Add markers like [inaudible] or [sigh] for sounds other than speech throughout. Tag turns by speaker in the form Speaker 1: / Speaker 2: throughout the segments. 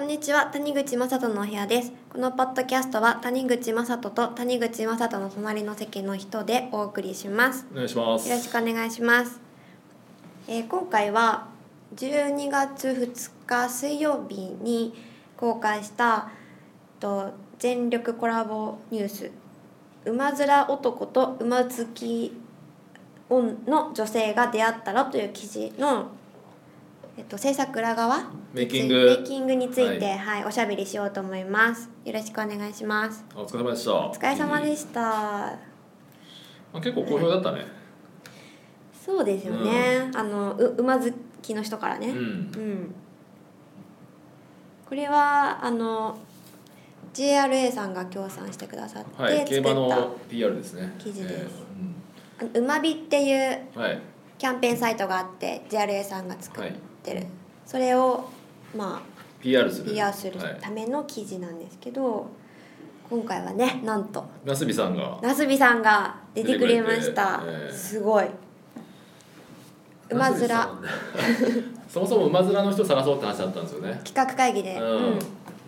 Speaker 1: んにちは谷口雅人のお部屋ですこのポッドキャストは谷口雅人と谷口雅人の隣の席の人でお送りします
Speaker 2: お願いします。
Speaker 1: よろしくお願いします、えー今回は12月2日水曜日に公開したと全力コラボニュース「馬面男と馬好き女の女性が出会ったら」という記事の、えっと、制作裏側
Speaker 2: メイキング
Speaker 1: メイキングについて、
Speaker 2: は
Speaker 1: はいおしゃべりしようと思いますよろしくお願いします
Speaker 2: お疲れ様でした。
Speaker 1: お疲れ様で
Speaker 2: た。
Speaker 1: した、
Speaker 2: まあ、結構好評だったね。
Speaker 1: そうですよね、あのう馬好きの人からね
Speaker 2: う
Speaker 1: うん、
Speaker 2: ん。
Speaker 1: これはあの JRA さんが協賛してくださって
Speaker 2: はい、競
Speaker 1: 作
Speaker 2: 馬
Speaker 1: った
Speaker 2: の PR ですね。
Speaker 1: 記事です
Speaker 2: え
Speaker 1: 「あの馬び」っていう
Speaker 2: ーうんはい。
Speaker 1: キャンペーンサイトがあって JRA さんが作ってる、
Speaker 2: はい
Speaker 1: それをまあ
Speaker 2: PR する。
Speaker 1: PR する
Speaker 2: はい。
Speaker 1: ための記事なんですけど、今回はねなんと
Speaker 2: なすびさんが。
Speaker 1: なすびさんが出てくれました、
Speaker 2: 出てくれてええ
Speaker 1: すごい馬面企
Speaker 2: なすびさんはね。 [laughs] そもそも馬面の人探そうって話だったんですよね。
Speaker 1: 画会議で、うん
Speaker 2: うん。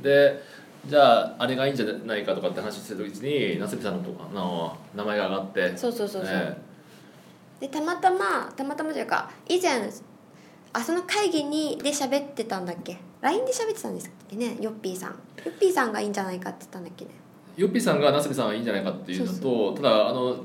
Speaker 2: で。じゃああれがいいんじゃないかとかって話してるうちになすびさんのとあの名前が上がって
Speaker 1: そうそうそうそう、
Speaker 2: え
Speaker 1: でたまたまたまたまというか以前あその会議にで喋ってたんだっけ LINE で喋ってたんですっけねヨッピーさんヨッピーさんがいいんじゃないかって言ったんだっけね
Speaker 2: えよっぴーさんがなすびさんはいいんじゃないかっていうのとただあの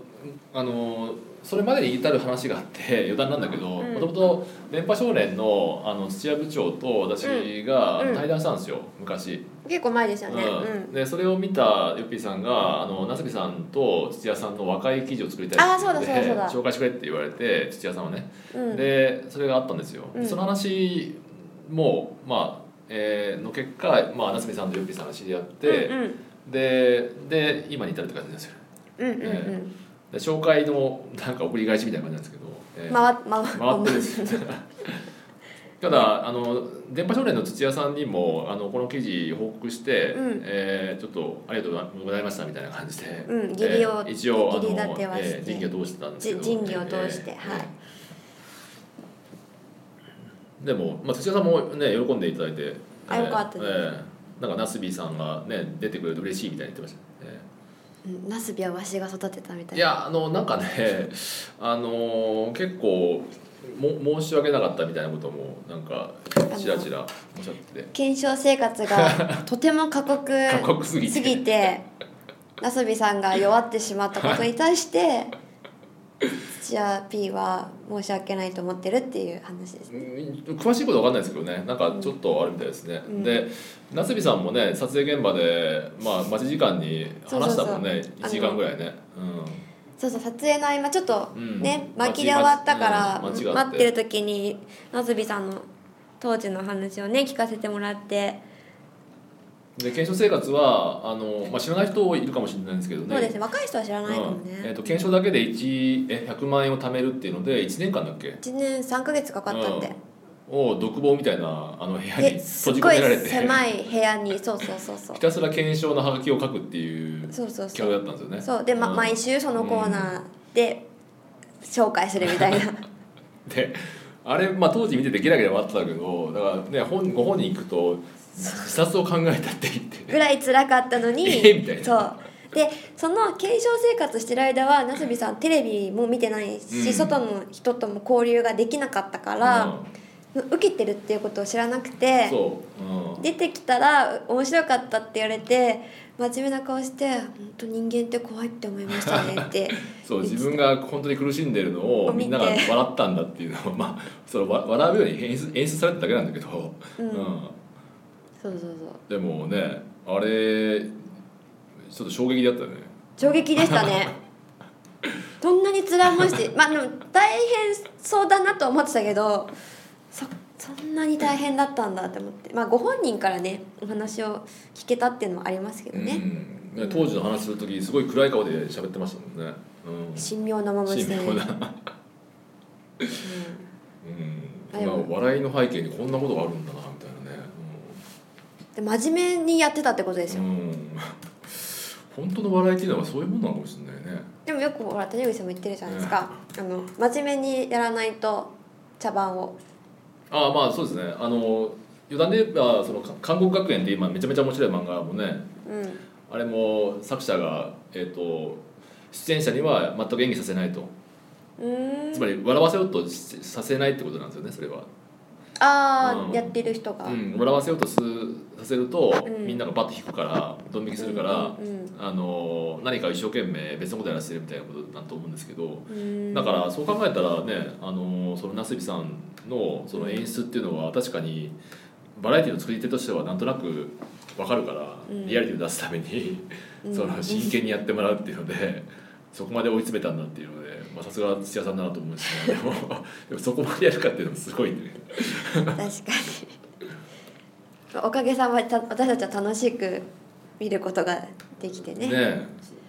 Speaker 2: あのそれまでに至る話があって余談なんだけど
Speaker 1: うん
Speaker 2: もともと連覇少年のあの土屋部長と私が
Speaker 1: うん
Speaker 2: 対談したんですよ、昔、
Speaker 1: 結構前ですよねう、
Speaker 2: うんんでそれを見たよっぴーさんがあのなすびさんと土屋さんの和解記事を作りたいって言って
Speaker 1: あーそうだそうだそうだ
Speaker 2: 紹介してくれって言われて土屋さんはね、
Speaker 1: うん
Speaker 2: でそれがあったんですよ、
Speaker 1: うん
Speaker 2: その話もまあ、えーの結果、まあ、なすびさんとよっぴーさんが知り合って、
Speaker 1: うんうん
Speaker 2: でで今に至るって感じなんですよ
Speaker 1: うんうんうん、
Speaker 2: えで紹介のなんか送り返しみたいな感じなんですけど、えー
Speaker 1: 回っ回っ
Speaker 2: 回ってるんですよ [laughs] ただあの電波少年の土屋さんにもあのこの記事報告して、
Speaker 1: うん
Speaker 2: えーちょっとありがとうございましたみたいな感じで、
Speaker 1: うん義理を
Speaker 2: えー一応あの
Speaker 1: 義理立てはして
Speaker 2: えー仁義を通してたんですけど
Speaker 1: じ仁義を通してはい
Speaker 2: でも、まあ、土屋さんもね喜んでいただいて
Speaker 1: あよかったです
Speaker 2: えーなんかなすびさんがね出てくれると嬉しいみたいに言ってました、えー
Speaker 1: うんなすびはわしが育てたみたいない
Speaker 2: やあのなんかね [laughs] あの結構も申し訳なかったみたいなこともなんかちらちらおっしゃってて
Speaker 1: 検証生活がとても過酷
Speaker 2: [laughs] 過酷すぎて
Speaker 1: すぎてなすびさんが弱ってしまったことに対して土屋 P は申し訳ないと思ってるっていう話です
Speaker 2: うん詳しいことは分かんないですけどねなんかちょっとあるみたいですね、
Speaker 1: うん
Speaker 2: で夏美さんもね撮影現場で、まあ、待ち時間に話したもんね
Speaker 1: そうそうそう
Speaker 2: 1時間ぐらいね、
Speaker 1: そうそう撮影の合間ちょっと
Speaker 2: うん
Speaker 1: ね、
Speaker 2: 待
Speaker 1: 巻
Speaker 2: ち
Speaker 1: きで終わったから、
Speaker 2: うん待ちがあって
Speaker 1: 待ってる時になすびさんの当時の話をね聞かせてもらって
Speaker 2: うん、で検証生活はあの、まあ、知らない人いるかもしれないんですけどね
Speaker 1: そうですね若い人は知らないかも
Speaker 2: うん
Speaker 1: ね、
Speaker 2: えー、と検証だけで1え100万円を貯めるっていうので1年間だっけ
Speaker 1: 1年3ヶ月かかったって、
Speaker 2: を独房みたいなあの部屋に
Speaker 1: です
Speaker 2: 閉
Speaker 1: っ
Speaker 2: じ
Speaker 1: ご
Speaker 2: 込
Speaker 1: い
Speaker 2: められて
Speaker 1: 狭い部屋にそうそうそう
Speaker 2: [laughs]
Speaker 1: そう
Speaker 2: ひたすら検証のハガキを書くっていう
Speaker 1: そうそうそ
Speaker 2: 企
Speaker 1: う
Speaker 2: 画だったんですよね
Speaker 1: そうで、ま
Speaker 2: ん
Speaker 1: 毎週そのコーナーで紹介するみたいな
Speaker 2: [laughs] であれ、まあ、当時見ててゲラゲラ笑ってたけどだからね本ご本人行くと自殺を考えたって言って
Speaker 1: ぐらい辛かったのに
Speaker 2: えみたいな
Speaker 1: そうでその検証生活してる間はなすびさんテレビも見てないし、
Speaker 2: うん
Speaker 1: 外の人とも交流ができなかったから、受けてるっていうことを知らなくて
Speaker 2: うん、そう、うん、
Speaker 1: 出てきたら面白かったって言われて真面目な顔して「本当人間って怖いって思いましたね」って
Speaker 2: [laughs] そう自分が本当に苦しんでるのを
Speaker 1: 見て
Speaker 2: みんなが笑ったんだっていうのを、まあ、そのわ笑うように演出演出されただけなんだけど、
Speaker 1: うん
Speaker 2: うん
Speaker 1: そうそうそう
Speaker 2: でもねあれちょっと衝撃だったよね
Speaker 1: 衝撃でした
Speaker 2: [laughs]
Speaker 1: ねどんなに辛い思いしてまあでも大変そうだなとは思ってたけどそそんなに大変だったんだって思ってまあご本人からねお話を聞けたっていうのもありますけどね、
Speaker 2: うん、ね当時の話する時すごい暗い顔で喋ってましたもんね、うん、
Speaker 1: 神妙なままして、
Speaker 2: 神妙なうんまあ笑いの背景にこんなことがあるんだなみたいなね、
Speaker 1: で真面目にやってたってことです
Speaker 2: う
Speaker 1: よ、
Speaker 2: んうん、本当の笑いっていうのはそういうものなのかもしれないね
Speaker 1: でもよくほら谷口さんも言ってるじゃないですか、あの真面目にやらないと茶番を
Speaker 2: ああまあそうですねあの余談で言えばそのか韓国学園って今めちゃめちゃ面白い漫画もね
Speaker 1: うん
Speaker 2: あれも作者が、えー、と出演者には全く演技させないと
Speaker 1: うーん
Speaker 2: つまり笑わせようとしさせないってことなんですよねそれは、
Speaker 1: ああ、
Speaker 2: うん
Speaker 1: やってる人が、
Speaker 2: うん、笑わせようとすさせると、
Speaker 1: うん
Speaker 2: みんながバッと引くからドン引きするから、
Speaker 1: うんうん
Speaker 2: あの何か一生懸命別のことやらせてるみたいなことだと思うんですけど
Speaker 1: うん
Speaker 2: だからそう考えたらねあのそのなすびさんのその演出っていうのは確かにバラエティの作り手としてはなんとなく分かるから、
Speaker 1: うん
Speaker 2: リアリティを出すために、
Speaker 1: うん
Speaker 2: [laughs] その真剣にやってもらうっていうので。そこまで追い詰めたんだっていうので、まあ、さすが土屋さんだなと思うし、ね、でもでもそこまでやるかっていうのもすごいね。
Speaker 1: 確かに [laughs] おかげさまでた私たちは楽しく見ることができてね
Speaker 2: ね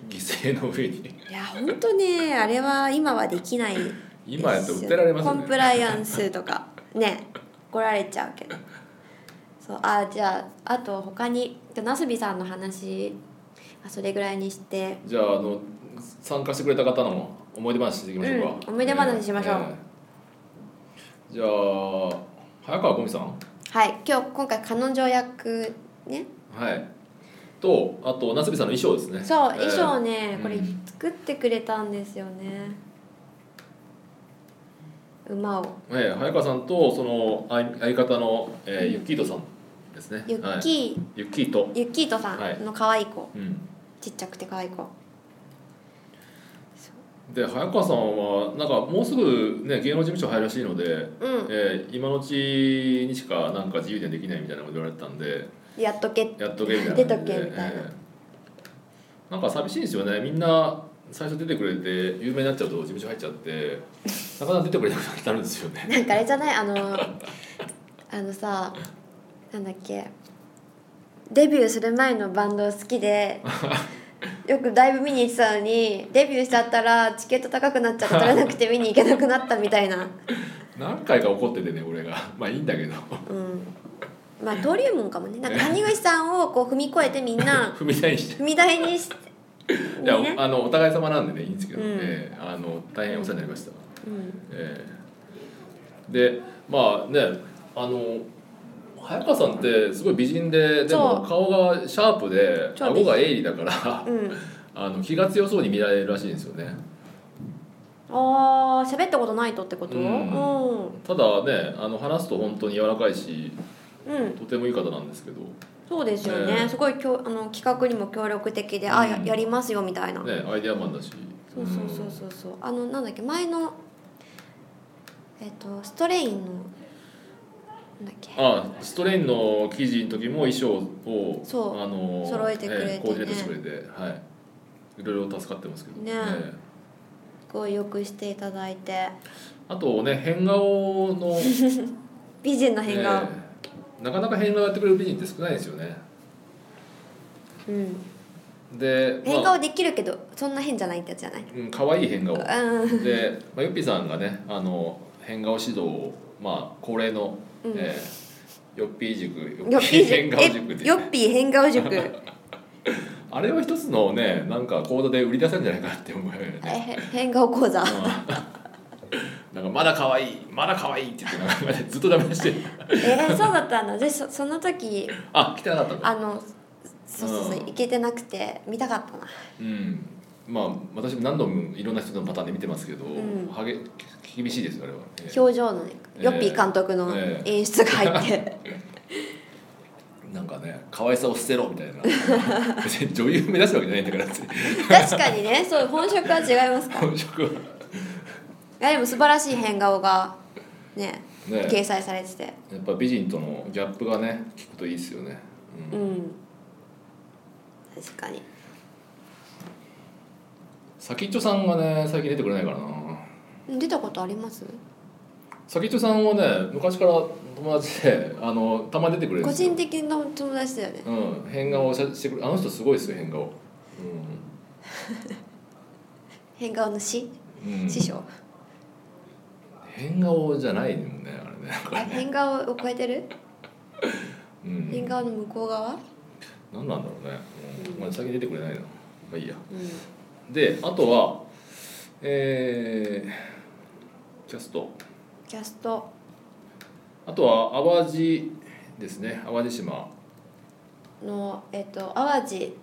Speaker 2: 犠牲の上に
Speaker 1: いや本当ねあれは今はできないですよ
Speaker 2: 今やったら訴えられますよね
Speaker 1: コンプライアンスとかね怒られちゃうけどそうあじゃああと他になすびさんの話あそれぐらいにして
Speaker 2: じゃああの参加してくれた方の思い出話していきましょうか、
Speaker 1: うん思い出話しましょう
Speaker 2: えじゃあ早川五味さん
Speaker 1: はい今日今回彼女役ね
Speaker 2: はいとあと夏美さんの衣装ですね
Speaker 1: そう
Speaker 2: え
Speaker 1: 衣装をね、
Speaker 2: うん
Speaker 1: これ作ってくれたんですよね馬を
Speaker 2: ええ早川さんとその相相方の、えー
Speaker 1: うん
Speaker 2: ユッキートさんですね
Speaker 1: ユッ
Speaker 2: はい、
Speaker 1: キー、
Speaker 2: ユッキート
Speaker 1: ユッキートさんの可愛い子、
Speaker 2: うん
Speaker 1: ちっちゃくて可愛い子
Speaker 2: で早川さんはなんかもうすぐね芸能事務所入るらしいので、
Speaker 1: うん
Speaker 2: えー今のうちにしかなんか自由にはできないみたいなこと言われてたんで
Speaker 1: やっとけ
Speaker 2: やっとけみたいな
Speaker 1: 出とけみたいな
Speaker 2: ええなんか寂しいんですよねみんな最初出てくれて有名になっちゃうと事務所入っちゃってなかなか出てくれなくなるんです
Speaker 1: [laughs]
Speaker 2: よね
Speaker 1: なんかあれじゃないあの [laughs] あのさなんだっけデビューする前のバンド好き
Speaker 2: [laughs]
Speaker 1: でよくライブ見に行ってたのにデビューしちゃったらチケット高くなっちゃって取れなくて見に行けなくなったみたいな
Speaker 2: 何回か怒っててね俺がまあいいんだ
Speaker 1: [laughs]
Speaker 2: けど
Speaker 1: うんまあ登竜門かもねなんか谷口さんをこう踏み越えてみんな
Speaker 2: 踏み台にして
Speaker 1: 踏み台にして
Speaker 2: いや
Speaker 1: ね
Speaker 2: あのお互い様なんでねいいんですけど、
Speaker 1: うん
Speaker 2: ええあの大変お世話になりました、
Speaker 1: うん
Speaker 2: ええでまあねあの早川さんってすごい美人でで
Speaker 1: そ
Speaker 2: も
Speaker 1: う
Speaker 2: 顔がシャープで
Speaker 1: 超美
Speaker 2: 顎
Speaker 1: 人
Speaker 2: が鋭利だから、 [laughs]
Speaker 1: うん
Speaker 2: あの気が強そうに見られるらしいんですよね
Speaker 1: ああ喋ったことないとってこと
Speaker 2: う
Speaker 1: うんん
Speaker 2: ただねあの話すと本当に柔らかいし
Speaker 1: うん
Speaker 2: とてもいい方なんですけど、
Speaker 1: そうですよね、
Speaker 2: ね
Speaker 1: すごいきょうあの企画にも協力的で、あや
Speaker 2: うん
Speaker 1: やりますよみたいな、
Speaker 2: ね、アイデアマンだし
Speaker 1: そうそうそうそうそうあのなんだっけ前のえっ、とストレインのなんだっけ
Speaker 2: うんあストレインの記事の時も衣装を
Speaker 1: そう
Speaker 2: あの
Speaker 1: 揃えてくれてね
Speaker 2: ええコーディネートしてくれてはいいろいろ助かってますけど
Speaker 1: ね
Speaker 2: え
Speaker 1: すごいよくしていただいて
Speaker 2: えあとね変顔の、
Speaker 1: 美人の変顔、
Speaker 2: ええなかなか変顔やってくれる美人って少ないですよねで
Speaker 1: うん、
Speaker 2: まあ
Speaker 1: 変顔できるけどそんな変じゃないってやつじゃない
Speaker 2: うん、可愛い変顔
Speaker 1: うん
Speaker 2: で、まあ、ゆっぴーさんがねあの変顔指導を、まあ、恒例の、
Speaker 1: うん
Speaker 2: えーよっぴー塾よ
Speaker 1: よ
Speaker 2: っ
Speaker 1: っ
Speaker 2: ぴ
Speaker 1: ぴー
Speaker 2: ー変
Speaker 1: 変
Speaker 2: 顔
Speaker 1: 顔
Speaker 2: 塾って
Speaker 1: 塾よっぴー変顔
Speaker 2: [laughs]
Speaker 1: 塾
Speaker 2: あれは一つのねなんか講座で売り出せるんじゃないかなって思うよね、
Speaker 1: えへ変顔講
Speaker 2: [laughs]
Speaker 1: 座
Speaker 2: うんなんかまだ可愛いまだ可愛いって言ってなんか、ずっとダメ出してる
Speaker 1: えー、そうだったの私そその時
Speaker 2: あ来てなかったんだ
Speaker 1: あのそうそうそう
Speaker 2: うん
Speaker 1: 行けてなくて見たかったな
Speaker 2: うんまあ私も何度もいろんな人のパターンで見てますけど、
Speaker 1: ん
Speaker 2: はげ厳しいですよあれは、えー
Speaker 1: 表情のね
Speaker 2: ええ
Speaker 1: ヨッピー監督の
Speaker 2: ええ
Speaker 1: 演出が入
Speaker 2: [laughs]
Speaker 1: って、
Speaker 2: なんかね可愛さを捨てろみたいな [laughs] 別に女優目指すわけじゃないんだからって
Speaker 1: 確かにねそう本職は違いますから
Speaker 2: 本職はい
Speaker 1: やでも素晴らしい変顔がね
Speaker 2: ね
Speaker 1: 掲載されてて
Speaker 2: やっぱ美人とのギャップがね聞くといいですよね、うん
Speaker 1: うん確かに
Speaker 2: 先っちょさんがね最近出てくれないからな
Speaker 1: 出たことあります
Speaker 2: 先っちょさんはね昔から友達であのたまに出てくれるん
Speaker 1: 個
Speaker 2: ですよ
Speaker 1: 人的な友達だよね
Speaker 2: うん変顔をさしてくれあの人すごいですよ変顔う
Speaker 1: 変顔の師、
Speaker 2: ん、うん、
Speaker 1: 師匠
Speaker 2: 変顔じゃないもんねあれ
Speaker 1: あ
Speaker 2: ね
Speaker 1: 変顔を超えてる
Speaker 2: うん
Speaker 1: 変顔の向こう側、
Speaker 2: 何なんだろうね、うんまあ、最近出てくれないなまあいいや
Speaker 1: うん、
Speaker 2: であとはえー、キャスト
Speaker 1: キャスト
Speaker 2: あとは淡路ですね淡路島
Speaker 1: の、えっと、淡路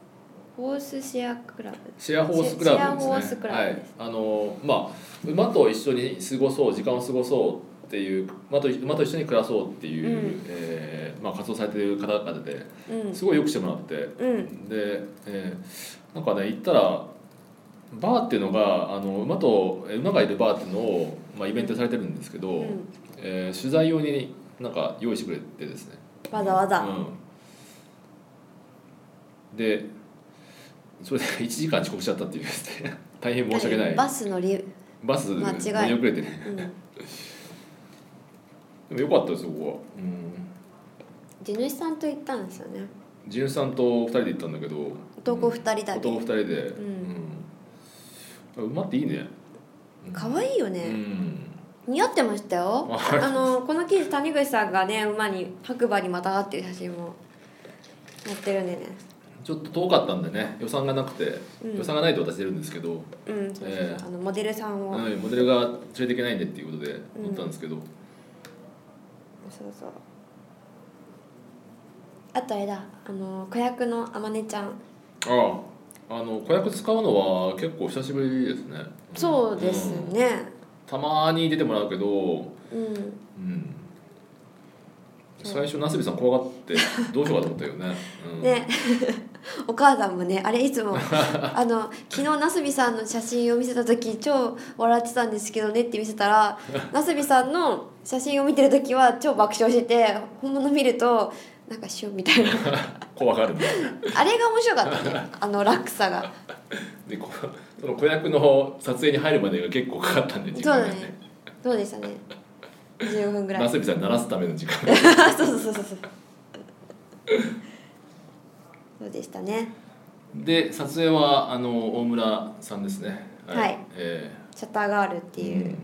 Speaker 1: ホースシェアクラブ
Speaker 2: シェアホースクラブですね
Speaker 1: シェアホースクラブです
Speaker 2: はい、あのまあ馬と一緒に過ごそう時間を過ごそうっていう馬と馬と一緒に暮らそうっていう、
Speaker 1: うん
Speaker 2: えーまあ、活動されてる方々で
Speaker 1: うん
Speaker 2: すごいよくしてもらって、
Speaker 1: うん
Speaker 2: で、えーなんかね行ったらバーっていうのがあの馬とえー馬がいるバーっていうのを、まあ、イベントでされてるんですけど、
Speaker 1: うん
Speaker 2: えー取材用になんか用意してくれてですね
Speaker 1: わざわざ、
Speaker 2: うん、でそれで [laughs] 1時間遅刻しちゃったっていうですね [laughs] 大変申し訳ない
Speaker 1: バスの理由、
Speaker 2: バス
Speaker 1: 間違い
Speaker 2: 乗り遅れてね
Speaker 1: うん、
Speaker 2: でもよかったですよここはうん
Speaker 1: 地主さんと行ったんですよね
Speaker 2: ジュンさんと2人で行ったんだけど
Speaker 1: 男2人だけ、
Speaker 2: 男2人で
Speaker 1: うん
Speaker 2: うん馬っていいね
Speaker 1: 可愛いよね、
Speaker 2: うん
Speaker 1: 似合ってましたよ
Speaker 2: あ
Speaker 1: あのこの記事谷口さんがね馬に白馬にまたがってる写真も載ってるんでね
Speaker 2: ちょっと遠かったんでね予算がなくて、
Speaker 1: うん
Speaker 2: 予算がないと私出るんですけど、
Speaker 1: うんそうそうそう、
Speaker 2: ええ
Speaker 1: あのモデルさんを、
Speaker 2: はいモデルが連れていけないんでっていうことで乗ったんですけど、
Speaker 1: そうそうあとあれだあの子役のあまねちゃん
Speaker 2: あああの子役使うのは結構久しぶりですね
Speaker 1: そうです
Speaker 2: ん
Speaker 1: ね
Speaker 2: たまに出てもらうけど、
Speaker 1: うん、
Speaker 2: うん、
Speaker 1: そう
Speaker 2: 最初なすびさん怖がってどうしようかと思ったよね、うん、
Speaker 1: ね [laughs] お母さんもねあれいつも [laughs] あの昨日なすびさんの写真を見せた時超笑ってたんですけどねって見せた [laughs] らなすびさんの写真を見てる時は超爆笑してて本物見るとなんか塩みたいな [laughs]
Speaker 2: 怖がるんだ
Speaker 1: あれが面白かったねあの落差 [laughs] が
Speaker 2: でこその子役の撮影に入るまでが結構かかったんで
Speaker 1: そう
Speaker 2: 時間
Speaker 1: だ
Speaker 2: が
Speaker 1: ねどうでしたね15分ぐらい
Speaker 2: なすびさん鳴らすための時間
Speaker 1: [laughs] そうそうそうそうそうそうでしたね
Speaker 2: で撮影はあの大村さんですね
Speaker 1: はい
Speaker 2: え
Speaker 1: シャッターガールって
Speaker 2: ー
Speaker 1: いう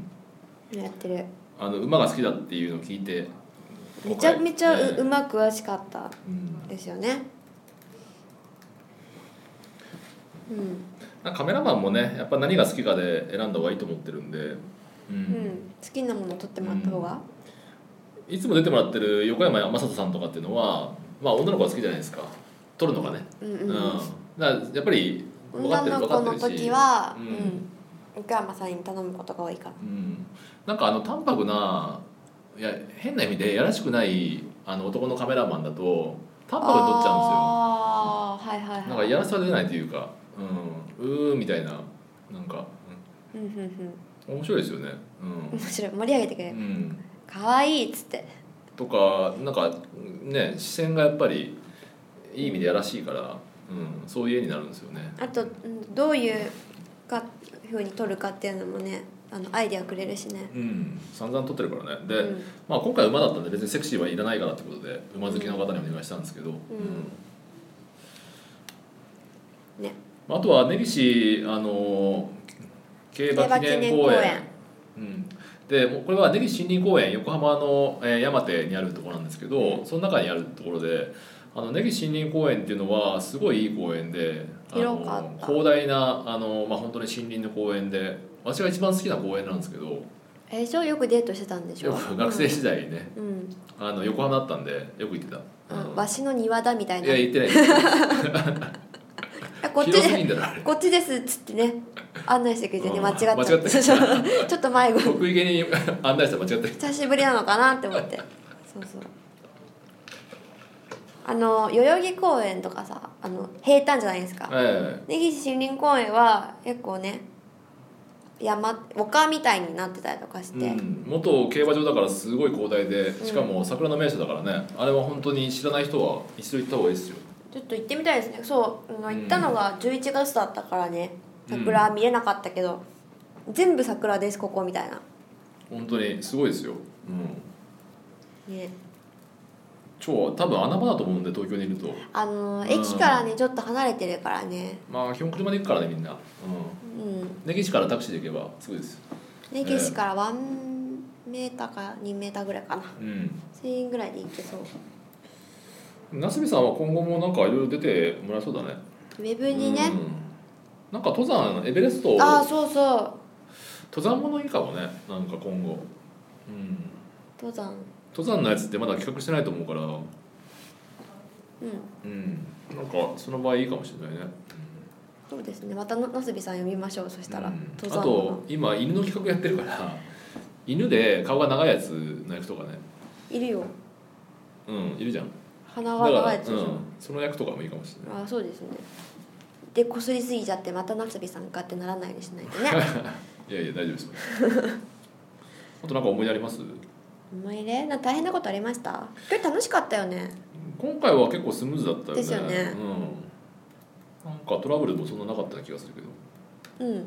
Speaker 2: うん
Speaker 1: のやってる、
Speaker 2: あの馬が好きだっていうのを聞いて
Speaker 1: めちゃめちゃ
Speaker 2: 今回
Speaker 1: う,、
Speaker 2: えー
Speaker 1: ま詳しかった
Speaker 2: うん
Speaker 1: ですよねうん、
Speaker 2: なんかカメラマンもねやっぱ何が好きかで選んだ方がいいと思ってるんで、うん
Speaker 1: うん好きなもの撮ってもらった方が、
Speaker 2: いつも出てもらってる横山雅人さんとかっていうのは、まあ、女の子が好きじゃないですか撮るのがね、
Speaker 1: うんう
Speaker 2: うん
Speaker 1: ん
Speaker 2: だからやっぱり分
Speaker 1: 女
Speaker 2: かってる
Speaker 1: の
Speaker 2: 分
Speaker 1: 子
Speaker 2: か
Speaker 1: の
Speaker 2: ってるし
Speaker 1: 時は、う
Speaker 2: うん
Speaker 1: ん奥山さんに頼むことが多いから
Speaker 2: うん、なんかあの淡白ないや変な意味でやらしくないあの男のカメラマンだと淡白で撮っちゃ
Speaker 1: ああはいはい
Speaker 2: うんですよな
Speaker 1: は
Speaker 2: んか
Speaker 1: い
Speaker 2: やらしさ出ないというか、うん、うーみたいななんか、
Speaker 1: うんうんう
Speaker 2: うん、面白いですよね、
Speaker 1: [laughs] ん面白い盛り上げてくれ
Speaker 2: う
Speaker 1: る
Speaker 2: んうん、
Speaker 1: 可愛いっつって
Speaker 2: とかなんかね視線がやっぱりいい意味でやらしいから、うん、そういう絵になるんですよね。
Speaker 1: あとうんどういうかふうに撮るかっていうのもねあのアイデアくれるしね
Speaker 2: うん、散々撮ってるからねで、
Speaker 1: うん
Speaker 2: まあ、今回馬だったんで別にセクシーはいらないからってことで馬好きの方にお願いしたんですけど、うん
Speaker 1: ね
Speaker 2: まあ、あとは根岸あの競馬記念公園うん、でもうこれは根岸森林公園横浜の、えー山手にあるところなんですけど、その中にあるところであの根岸森林公園っていうのはすごいいい公園であの
Speaker 1: 広かった
Speaker 2: 広大なあの、まあ、本当に森林の公園で私が一番好きな公園なんですけど
Speaker 1: えーじゃあよくデートしてたんでしょ
Speaker 2: よく学生時代ね、
Speaker 1: うん、うん
Speaker 2: あの横浜だったんでよく行ってた、
Speaker 1: あ
Speaker 2: うん
Speaker 1: わしの庭だみたい
Speaker 2: い
Speaker 1: な
Speaker 2: や行ってないです
Speaker 1: あこっち
Speaker 2: 広す
Speaker 1: で
Speaker 2: ぎんだろ [laughs] あれ
Speaker 1: こっちですっつってね案内してくれてね
Speaker 2: うん
Speaker 1: 間違っちゃっ
Speaker 2: 間
Speaker 1: た
Speaker 2: 違って
Speaker 1: ちょっと迷子
Speaker 2: 得意げに案内したら間
Speaker 1: [laughs]
Speaker 2: 違ってる
Speaker 1: 久しぶりなのかなって思ってそうそうあの代々木公園とかさあの平坦じゃないですか
Speaker 2: え
Speaker 1: 根岸森林公園は結構ね山丘みたいになってたりとかして、
Speaker 2: えうん、元競馬場だからすごい広大でしかも桜の名所だからね、あれは本当に知らない人は一度行った方がいいですよ
Speaker 1: ちょっと行ってみたいですねそうあの
Speaker 2: うん
Speaker 1: 行ったのが11月だったからね
Speaker 2: うん
Speaker 1: 桜見えなかったけど、全部桜ですここみたいな
Speaker 2: 本当にすごいですよ、うん、
Speaker 1: ね
Speaker 2: 超多分穴場だと思うんで東京にいると
Speaker 1: あの
Speaker 2: うん
Speaker 1: 駅からねちょっと離れてるからね
Speaker 2: まあ基本車で行くからねみんな、うん、
Speaker 1: うん
Speaker 2: 根岸からタクシーで行けばすぐですよ
Speaker 1: ね景色から1メーターか2メーターぐらいかな
Speaker 2: うん
Speaker 1: 1000円ぐらいで行けそう
Speaker 2: なすびさんは今後もなんかいろいろ出てもらえそうだね
Speaker 1: ウェブにね、
Speaker 2: うん、なんか登山エベレスト
Speaker 1: ああそ
Speaker 2: 登
Speaker 1: うそう
Speaker 2: 山ものいいかもねなんか今後うん
Speaker 1: 登山
Speaker 2: 登山のやつってまだ企画してないと思うから
Speaker 1: うん
Speaker 2: うんなんかその場合いいかもしれないね
Speaker 1: そうですねまたのなすびさん読みましょうそしたら、
Speaker 2: うん
Speaker 1: 登山
Speaker 2: あ
Speaker 1: の
Speaker 2: と今犬の企画やってるから犬で顔が長いやつの役とかね
Speaker 1: いるよ
Speaker 2: うんいるじゃん
Speaker 1: 鼻が長いやつでし
Speaker 2: だからう
Speaker 1: ょ
Speaker 2: ん、その役とかもいいかもしれない
Speaker 1: ああそうですねでこすりすぎちゃってまたなすびさんかってならないようにしない
Speaker 2: [laughs]
Speaker 1: とね
Speaker 2: いやいや大丈夫です [laughs] あとなんか思い出あります
Speaker 1: 思い入れなんか大変なことありました今日楽しかったよね
Speaker 2: 今回は結構スムーズだったよね
Speaker 1: ですよね
Speaker 2: うん、なんかトラブルもそんななかった気がするけど
Speaker 1: うん